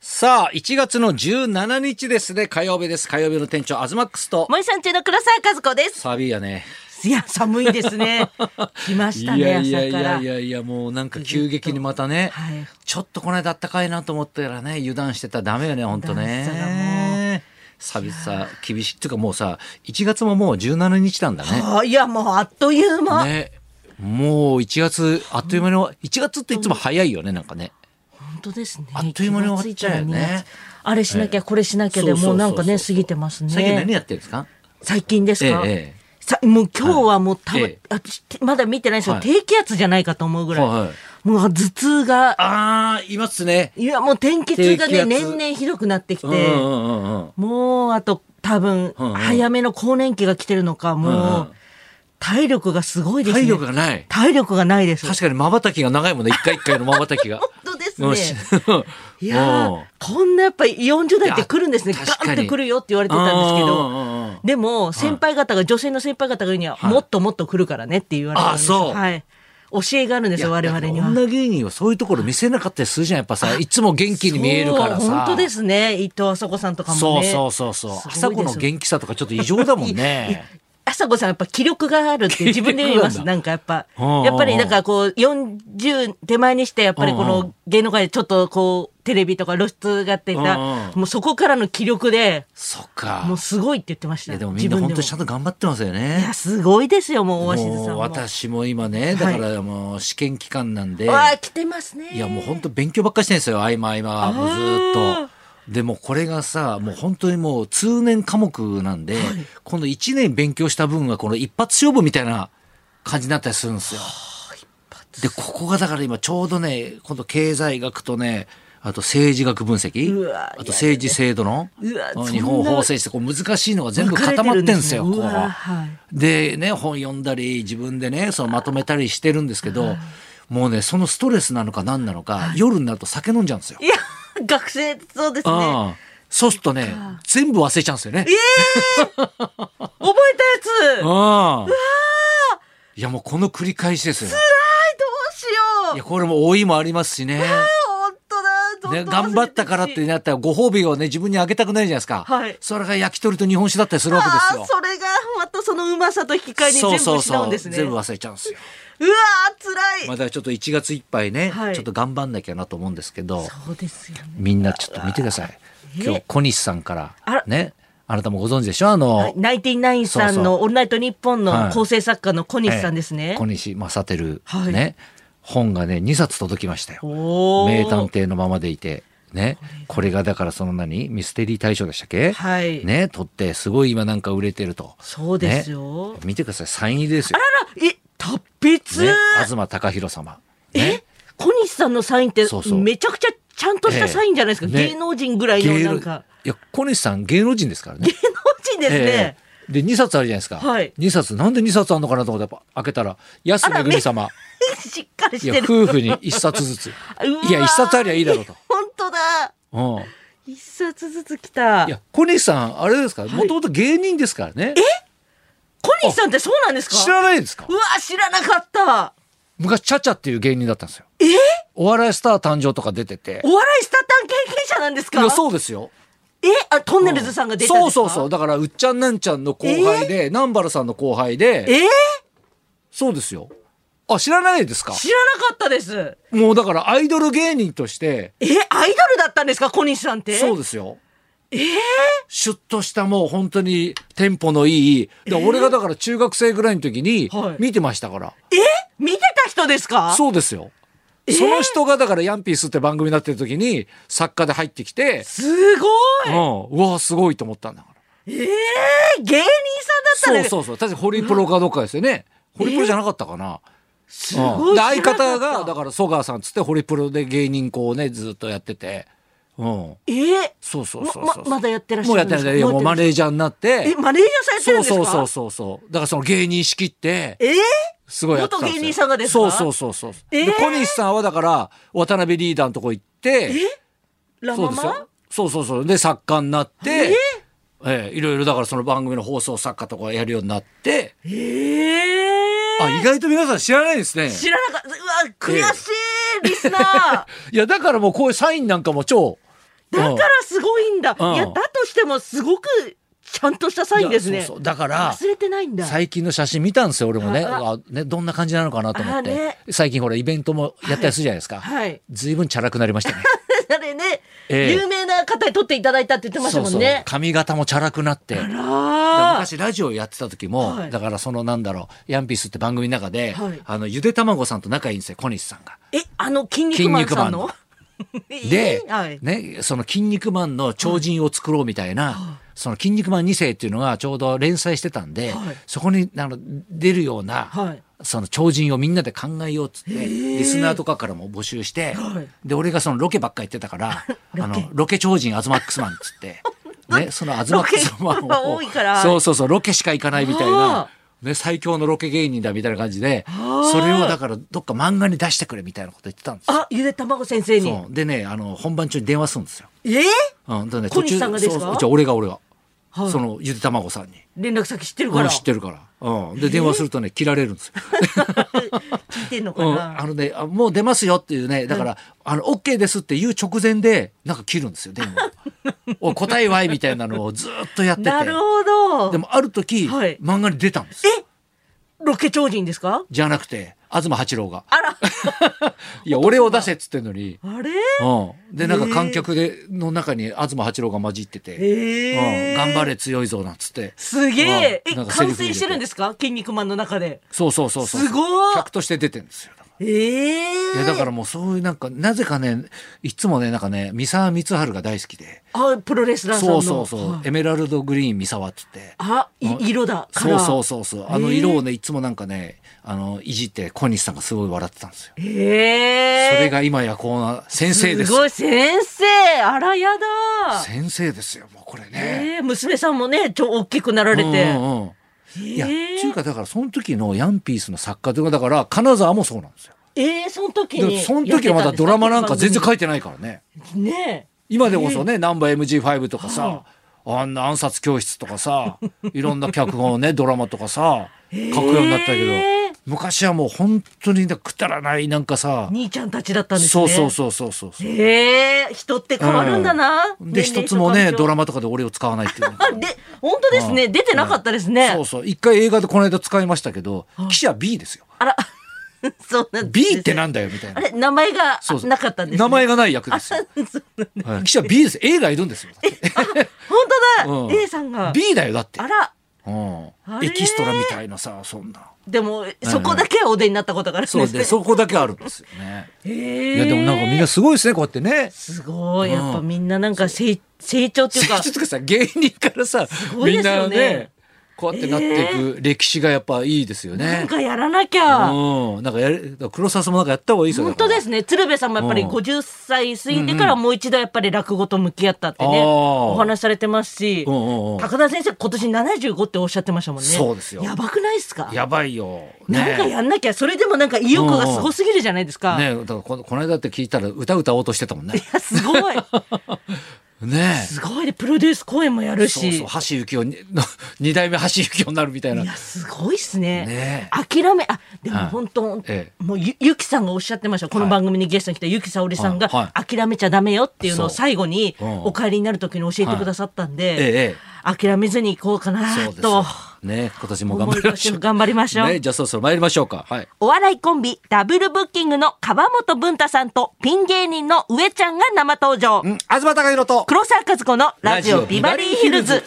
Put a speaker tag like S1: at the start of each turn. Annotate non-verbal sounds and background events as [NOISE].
S1: さあ、1月の17日ですね、火曜日です。火曜日の店長、アズマックスと、
S2: 森さん中の黒沢和子です。
S1: サビやね。
S2: いや、寒いです [LAUGHS] ね。来ました
S1: い
S2: ね、
S1: やいや
S2: 朝
S1: い
S2: から
S1: やい。やいや、もうなんか急激にまたね、
S2: はい
S1: ちょっとこの間あったかいなと思ったらね、油断してたらダメよね、ほんと
S2: 油断したら
S1: ね。寂しさ、厳しい。っていうかもうさ、1月ももう17日なんだね。
S2: あいや、もうあっという間。
S1: ね。もう1月、あっという間の、1月っていつも早いよね、なんかね。
S2: 本当ですね。
S1: あっという間に終わっちゃうよね
S2: 1月1日あれしなきゃ、これしなきゃ
S1: そ
S2: で
S1: うそうそう
S2: もうなんかね、
S1: そ
S2: 過
S1: う
S2: ぎてますね。
S1: 最近何やってるんですか
S2: 最近ですか、
S1: ええええ
S2: さもう今日はもう多分、
S1: ええ
S2: あちまだ見てないですよ、
S1: はい
S2: 低気圧じゃないかと思うぐらい。
S1: はいはい
S2: もう頭痛が、
S1: あー、いますね。
S2: いや、もう天気痛が
S1: 低気
S2: ね、
S1: 圧
S2: 年々ひどくなってきて、
S1: うんうんうんうん。
S2: もうあと多分、
S1: うんうん
S2: 早めの更年期が来てるのか、
S1: うんう
S2: も
S1: ん
S2: う、体力がすごいですね。
S1: 体力がない。
S2: 体力がないです。
S1: 確かに瞬きが長いもんね、一回一回の瞬きが。
S2: 本当です
S1: うんし
S2: [LAUGHS] ね。
S1: [LAUGHS]
S2: いや
S1: うん
S2: ーこんなやっぱり40代って来るんですね。
S1: い
S2: ガ
S1: や確かに
S2: ンって来るよって言われてたんですけ
S1: うん
S2: ど。
S1: うんうん
S2: でも、先輩方が、女性の先輩方が言うには、
S1: い
S2: もっともっと来るからねって言われてるんですよ
S1: あそう
S2: はい。教えがあるんですよ、我々には。
S1: 女芸人はそういうところ見せなかったりするじゃん。やっぱさ、いつも元気に見えるから
S2: そう
S1: さ。
S2: 本当ですね。伊藤麻子さんとか
S1: そ
S2: も
S1: う
S2: ね。
S1: そうそうそう。
S2: すごいです
S1: 朝子の元気さとかちょっと異常だもんね。
S2: 朝子さんやっぱ気力がある
S1: [LAUGHS]
S2: って自分で言います。
S1: 気力
S2: なんかやっぱ
S1: うんうんう、ん
S2: やっぱりなんかこう40手前にしてやっぱりこ
S1: うんう
S2: の芸能界でちょっとこうテレビとか露出があっていた、
S1: うんうん
S2: もうそこからの気力で、
S1: そっか。
S2: もうすごいって言ってまし
S1: い
S2: た。
S1: やでもみ
S2: 自
S1: んな
S2: 分
S1: 本
S2: で
S1: 当
S2: も
S1: にちゃんと頑張ってますよ
S2: い
S1: ね
S2: や、。すごいですよ、もう、オアシズさん
S1: もう
S2: も。
S1: 私も今ね、だからもう試験期間なんで。
S2: わあ、来てますね。
S1: いやもう本当勉強ばっかりしてるんですよ合間合間もうずーっ
S2: あ
S1: と。でもこれがさもう本当にもう通年科目なんで、この1年勉強した分がこの一発勝負みたいな感じになったりするんですよ。でここがだから今ちょうどね今度経済学とねあと政治学分析
S2: うわ
S1: あと政治制度の
S2: うわ
S1: 日本
S2: そんな
S1: 法制してこう難しいのが全部固まってんですよ。
S2: 分
S1: こ
S2: かれてるんですねうわ
S1: う
S2: はい
S1: でね本読んだり自分でねそのまとめたりしてるんですけどもうねそのストレスなのか何なのか、夜になると酒飲んじゃうんですよ。
S2: いや、 [LAUGHS] 学生、そうですね。
S1: ああそうするとね全部忘れちゃうんですよね。 [LAUGHS]
S2: 覚えたやつ、どう
S1: ああいやもうこの繰り返しですよ。
S2: し
S1: い
S2: よ
S1: や
S2: う。
S1: これも老いもありますしね。
S2: 本当だどんどん忘れ
S1: ね、
S2: てる
S1: 頑
S2: し
S1: 張ったからってなったらご褒美をね自分にあげたくないじゃないですか、
S2: はい
S1: それが焼き鳥と日本酒だったりするわけです
S2: あ
S1: よ
S2: あ、それが、またそのうまさと引き換えに全部失うんですね。
S1: 全部忘れちゃうんですよ
S2: うわー、辛い。
S1: まあだからちょっと1月いっぱいね、
S2: はい
S1: ちょっと頑張んなきゃなと思うんですけど
S2: そうですよね。
S1: みんなちょっと見てください今日小西さんから
S2: あら
S1: ねあなたもご存知でしょあの、
S2: はいナインティナインさん
S1: そう
S2: のオールナイトニッポン
S1: は
S2: の
S1: い
S2: 構成作家の小西さんです
S1: ええ
S2: ね。
S1: 小西正輝、
S2: はい
S1: ね本がね2冊届きましたよ
S2: お
S1: 名
S2: ー
S1: 探偵のままでいてねこれがだからその何ミステリー大賞でしたっけ、
S2: はい
S1: ね取ってすごい今なんか売れてると
S2: そうですよ
S1: ね見てくださいサイン入りですよ
S2: え、達筆、
S1: ね東貴博様ね
S2: え小西さんのサインって
S1: そうそう
S2: めちゃくちゃちゃんとしたサインじゃないですか、
S1: ええね
S2: 芸能人ぐらいのなんか、
S1: いや小西さん芸能人ですからね
S2: 芸能人ですね
S1: え、えで2冊あるじゃないですか、
S2: はい
S1: 2冊なんで2冊あるのかなと思ってやっぱ開けたら安めぐみ様
S2: しっかり
S1: い
S2: [LAUGHS] し
S1: や
S2: てる
S1: 夫婦に1冊
S2: [LAUGHS]
S1: ずつ
S2: うわー
S1: いや1冊ありゃいいだろうと、
S2: 本当だ
S1: うん、
S2: 一冊ずつ来た
S1: いや小西さんあれですから
S2: い
S1: もともと芸人ですからね、
S2: 小西さんってそうなんですか
S1: 知らないですか
S2: うわ知らなかった
S1: 昔チャチャっていう芸人だったんですよお笑いスター誕生とか出てて
S2: お笑いスタタン経験者なんです
S1: い
S2: か
S1: やそうですよ
S2: えあトンネルズさんが出たんです
S1: そ
S2: か
S1: うそうそうだからうっちゃんなんちゃんの後輩で南原さんの後輩で
S2: えー
S1: そうですよあ知らないですか
S2: 知らなかったです
S1: もうだからアイドル芸人として
S2: えアイドルだったんですか小西さんって
S1: そうですよシュッとしたもう本当にテンポのいいで俺がだから中学生ぐらいの時に
S2: はい
S1: 見てましたから、
S2: 見てた人ですか
S1: そうですよその人がだから「ヤンピース」って番組になってる時に作家で入ってきて、
S2: すごい
S1: うん、うわすごいと思ったんだから。
S2: ええ芸人さんだった
S1: そ
S2: ん
S1: う
S2: です
S1: そうそう。確かホリプロかどっかですよね。ホリプロじゃなかったかな。
S2: す
S1: う
S2: ご
S1: ん
S2: い
S1: で相方
S2: 知らなか
S1: が
S2: った
S1: だから曽我さんつってホリプロで芸人こうねずっとやってて。うん。
S2: ええ
S1: そうそう
S2: ま
S1: そうそう。
S2: ままだやってらっし
S1: もう
S2: ゃ
S1: や
S2: る
S1: っ
S2: ん
S1: てな
S2: で
S1: い
S2: す
S1: い
S2: か
S1: やもうマネージャーになって。
S2: えマネージャーさんやってるん
S1: そう
S2: ですか
S1: そうそうそうそう。だからその芸人仕切って。
S2: ええ
S1: すごいやってたんですよ
S2: 元芸人さんがですか
S1: そうそうそうそう。
S2: えー
S1: で小西さんはだから渡辺リーダーのとこ行って。
S2: ラ
S1: そ
S2: マ
S1: うです
S2: マ
S1: よ。そうそうそう。で、作家になって、ええいろいろだからその番組の放送作家とかやるようになって、
S2: ええ
S1: あ、意外と皆さん知らないですね。
S2: 知らなかったうわ悔しい、リスナー
S1: [LAUGHS] いや、だからもうこういうサインなんかも超、
S2: だからすごいんだ。い
S1: うん
S2: や、だとしてもすごくちゃんとしたサインです
S1: いや
S2: ね
S1: そう。そうだから
S2: 忘れてないんだ。
S1: 最近の写真見たんですよ俺もね
S2: あ
S1: あねどんな感じなのかなと思っ
S2: あ
S1: て、
S2: ね
S1: 最近ほらイベントもやったりするじゃないですか、
S2: はい。 [LAUGHS]
S1: ずいぶんチャラくなりましたね
S2: あれね、
S1: ええ
S2: 有名な方に撮っていただいたって言ってましたもんね。
S1: 髪型もチャラくなって
S2: あらー
S1: 昔ラジオやってた時も、
S2: はい
S1: だからそのなんだろうヤンピースって番組の中で、
S2: はい
S1: あのゆで卵さんと仲いいんですよ小西さんが。
S2: え、あの筋肉マンさんの
S1: で、
S2: えー [LAUGHS] はい、
S1: ね、その「筋肉マン」の超人を作ろうみたいな「その筋肉マン2世」っていうのがちょうど連載してたんで、
S2: はい
S1: そこにあの出るような、
S2: はい
S1: その超人をみんなで考えようっつってリスナーとかからも募集して、
S2: はい
S1: で俺がそのロケばっか行ってた
S2: [LAUGHS]
S1: から「あ
S2: ロケ
S1: のロケ超人アズマックスマン」っつっ
S2: [LAUGHS]
S1: て。ね、そのアズマックスマン
S2: ロケが
S1: を
S2: 多いから
S1: そうそうそうロケしか行かないみたい
S2: は
S1: な、ね、最強のロケ芸人だみたいな感じで
S2: はあ
S1: それをだからどっか漫画に出してくれみたいなこと言ってたんですよ
S2: あ、ゆで卵先生に。
S1: そうでねあの本番中に電話するんですよ。
S2: えー
S1: うん、だね
S2: 小西さんがですか
S1: そうじゃあ俺が俺が、
S2: はい
S1: そのゆで卵さんに。
S2: 連絡先知ってるか
S1: 俺
S2: ら。
S1: 知ってるから。うん、で電話するとね切られるんですよ。
S2: 聞いてんのか
S1: うん、
S2: な。
S1: あのねあもう出ますよっていうねだから、あの OK ですっていう直前でなんか切るんですよ電
S2: [LAUGHS]
S1: 話をおい答えはいみたいなのをずっとやってて
S2: なるほど。
S1: でもある時、
S2: はい
S1: 漫画に出たんですよ
S2: ロケ超人ですか
S1: じゃなくて東八郎が
S2: あら、
S1: 「いや俺を出せ」っつってんのに、
S2: あれ
S1: うん、でなんか
S2: へえ
S1: 観客での中に東八郎が混じってて「
S2: えー
S1: うん、頑張れ強いぞ」なんつって
S2: すげえ。
S1: うん
S2: え、
S1: なんかセリフ入
S2: 完
S1: れ
S2: 成
S1: て
S2: してるんですか筋肉マンの中で。
S1: そうそうそうそう。
S2: すごい
S1: 客として出てるんですよ。
S2: ええ
S1: いやだからもうそういうなんかなぜかねいつもねなんかね三沢光晴が大好きで
S2: あ、プロレスラーさん
S1: そ
S2: の。
S1: うそうそう、
S2: はい
S1: エメラルドグリーン三沢っつって
S2: あ、
S1: うん
S2: い色だ。カ
S1: そ
S2: ラ
S1: う
S2: ー
S1: そうそうそうあの色をねいつもなんかねあのいじって小西さんがすごい笑ってたんですよ、
S2: ええ
S1: それが今やこうな先生です
S2: すごい、先生。あら、やだ。
S1: 先生ですよもうこれね、
S2: ええ娘さんもね、ちょ、大きくなられ
S1: う
S2: て。
S1: んうんうんいや、
S2: ええ
S1: っていうかだからその時のヤンピースの作家というかだから金沢もそうなんですよ
S2: ええその時
S1: で
S2: に。
S1: その時はまだドラマなんか全然書いてないからね
S2: ね
S1: 今でこそね「ナンバー MG5」とか
S2: は
S1: さあんな暗殺教室とかさ [LAUGHS] いろんな脚本をねドラマとかさ書くようになったけど
S2: へー
S1: 昔はもう本当にねくだらないなんかさ
S2: 兄ちゃんたちだったんです
S1: そ
S2: ね。
S1: うそうそうそうそうそう
S2: ええ人って変わるんだな。
S1: で一つもねド
S2: ラ
S1: ラマとかで俺を使わないって
S2: [LAUGHS]
S1: いうね
S2: で、本当ですね。
S1: うん
S2: 出てなかったですね。
S1: そうそう一回映画でこの間使いましたけど記者 B ですよ
S2: あら、 [LAUGHS] そうなんですね
S1: B ってなんだよみたい
S2: あ
S1: な
S2: れ、名前が
S1: そうそう
S2: なかったんですね。
S1: 名前がない役ですよはい記者 B です A がいるんですよだって
S2: 本当だ、
S1: うん
S2: A さんが。
S1: B だよだって
S2: あら、
S1: う
S2: あ
S1: ん
S2: れ
S1: エキストラみたいなさそんな
S2: でも、そこだけはお出になったことがあるんです
S1: そ
S2: ね。
S1: うでそこだけあるんですよね
S2: [LAUGHS] え
S1: いやでもなんかみんなすごいですねこうやってね
S2: すごい。
S1: うん
S2: やっぱみんななんか成成長っていうか
S1: ちょ、っとさ芸人からさ
S2: ごい
S1: みん
S2: です
S1: な
S2: よね
S1: ねこうやってなっていく歴史がやっぱいいですよ
S2: な
S1: ね
S2: んかやらなきゃ。
S1: うんなんかやれだから黒沢さんもなんかやった方がいいですよ
S2: 本当ですすね鶴瓶さんもやっぱり
S1: うん
S2: 50歳過ぎてからもう一度やっぱり落語と向き合ったってね、
S1: あー
S2: お話しされてますし、
S1: うんうんうん
S2: 高田先生今年75っておっしゃってましたもんね
S1: そうですよ
S2: やばくないですか
S1: やばいよ
S2: なんかやんなきゃそれでもなんか意欲がすごすぎるじゃないですか、
S1: ねだからこのこの間だって聞いたら歌歌おうとしてたもんね
S2: いやすご
S1: [LAUGHS]
S2: い
S1: ね
S2: すごいでプロデュース公演もやる
S1: そう
S2: し
S1: そう橋幸夫にの二代目橋幸夫になるみたいない
S2: やすごいっすね
S1: ね
S2: 諦めあでも
S1: はい
S2: 本当、
S1: え
S2: もうゆゆきさんがおっしゃってましたこの
S1: はい
S2: 番組にゲストに来たゆきさおりさんが、
S1: はいは
S2: 諦めちゃダメよっていうのを
S1: そう
S2: 最後に
S1: うん
S2: お帰りになる時に教えてくださったんで、
S1: えええ
S2: 諦めずに行こうか
S1: そ
S2: な
S1: うですよ
S2: と
S1: ね今年も頑
S2: 思
S1: 張り
S2: い出
S1: まし
S2: し
S1: ょ
S2: て
S1: う
S2: 頑張りましょう、
S1: ねじゃあそろそろ参りましょうかはい
S2: お笑いコンビダブルブッキングの川本文太さんとピン芸人の上ちゃんが生登場
S1: うん東貴博と
S2: 黒沢和子のラジオビバリーヒルズ